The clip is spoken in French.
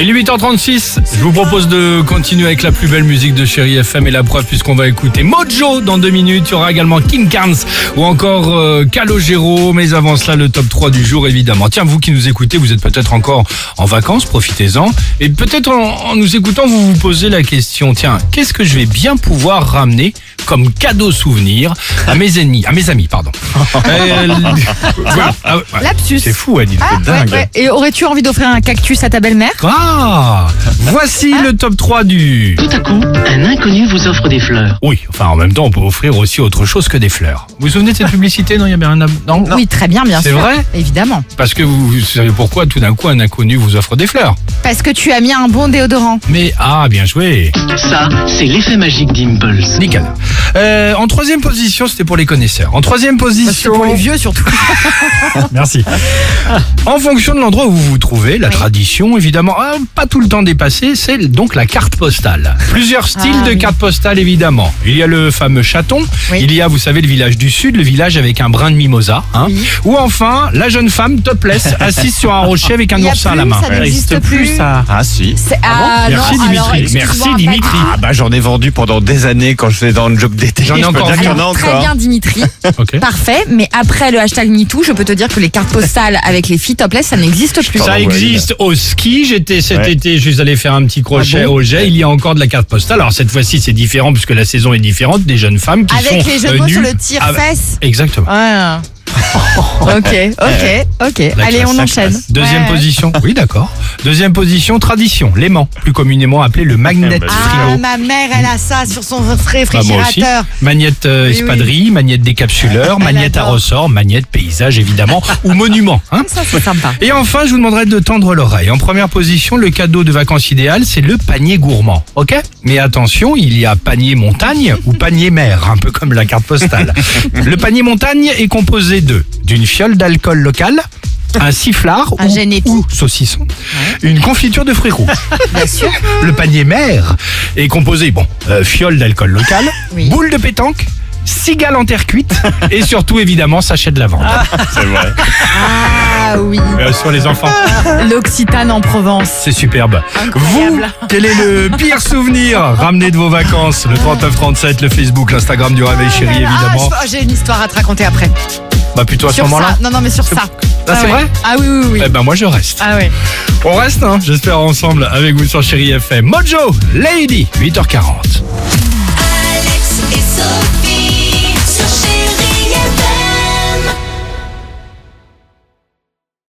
Il est 8h36, je vous propose de continuer avec la plus belle musique de Chéri FM et la preuve puisqu'on va écouter Mojo dans deux minutes, il y aura également King Carnes ou encore euh, Calogero, mais avant cela le top 3 du jour évidemment. Tiens, vous qui nous écoutez, vous êtes peut-être encore en vacances, profitez-en. Et peut-être en, en nous écoutant, vous vous posez la question, tiens, qu'est-ce que je vais bien pouvoir ramener comme cadeau souvenir à mes ennemis, à mes amis, pardon. Euh, voilà. Ah, ouais. Lapsus. C'est fou, Adil. Ah, c'est ouais, dingue. ouais. Et aurais-tu envie d'offrir un cactus à ta belle-mère Ah Voici Hein le top 3 du... Tout à coup, un inconnu vous offre des fleurs. Oui, enfin en même temps on peut offrir aussi autre chose que des fleurs. Vous vous souvenez de cette publicité Non, il y avait un... ab- Non, Oui, très bien, bien C'est sûr. vrai Évidemment. Parce que vous, vous savez pourquoi tout d'un coup un inconnu vous offre des fleurs. Parce que tu as mis un bon déodorant. Mais ah, bien joué Ça, c'est l'effet magique d'Impulse. Nickel. Euh, en troisième position, c'était pour les connaisseurs. En troisième Parce que position... pour les vieux surtout. Merci. En fonction de l'endroit où vous vous trouvez, la tradition, évidemment, ah, pas tout le temps dépassée, c'est donc la carte postale. Plusieurs styles Ah, de oui. carte postale, évidemment. Il y a le fameux chaton, Oui. il y a, vous savez, le village du Sud, le village avec un brin de mimosa, hein. ou enfin la jeune femme topless assise sur un rocher avec Il un y a oursin à la plus, main. ça n'existe plus. ça. Ah si. C'est- Ah, Merci non, alors, Dimitri. excuse-moi, Merci en fait- Dimitri. Ah bah j'en ai vendu pendant des années quand je faisais dans le job d'été. J'en ai Je peux encore dire vu. qu'il y en a Alors, Très encore. bien Dimitri, Ok. parfait, mais après le hashtag MeToo, je peux te dire que les cartes postales avec les filles topless, ça n'existe plus. Pardon, Ça ouais, existe au ski. J'étais cet Ouais. été, je suis allé faire un petit crochet Ah bon au jet. Il y a encore de la carte postale. Alors cette fois-ci, c'est différent puisque la saison est différente. Des jeunes femmes qui Avec sont les jeux euh, de mots sur nues. le Ah, tire-fesse. Exactement. Ouais. ok, ok, ok. La Allez, classe, on la enchaîne. classe. Deuxième Ouais. position. Oui, d'accord. Deuxième position, tradition. L'aimant, plus communément appelé le magnète Ah, frigo. ma mère, elle a ça sur son Bah, moi aussi. réfrigérateur. Magnète euh, Oui, oui. espadrille, magnète décapsuleur, Elle magnète à adore. ressort, magnète paysage évidemment, ou monument. hein. Ça, c'est sympa. Et enfin, je vous demanderai de tendre l'oreille. En première position, le cadeau de vacances idéal, c'est le panier gourmand. Ok Mais attention, il y a panier montagne ou panier mer, un peu comme la carte postale. Le panier montagne est composé de d'une fiole d'alcool local, un sifflard Un ou- Genepi. ou saucisson, une confiture de fruits rouges. Bien sûr. Le panier mer est composé, bon, euh, fiole d'alcool local, Oui. boule de pétanque, cigale en terre cuite et surtout évidemment sachet de lavande. C'est vrai. Ah oui, Euh, sur les enfants. l'Occitane en Provence. C'est superbe. Incroyable. Vous, quel est le pire souvenir ramené de vos vacances Le 3937, le Facebook, l'Instagram du Réveil Chéri, Ah, évidemment. je- j'ai une histoire à te raconter après. Bah plutôt à ce sur ça. moment-là. Non, non, mais sur ça. Ah, c'est ouais. vrai Ah oui, oui, oui. Eh ben moi je reste. Ah oui. On reste, hein, j'espère ensemble avec vous sur Chéri FM. Mojo, Lady, 8h40.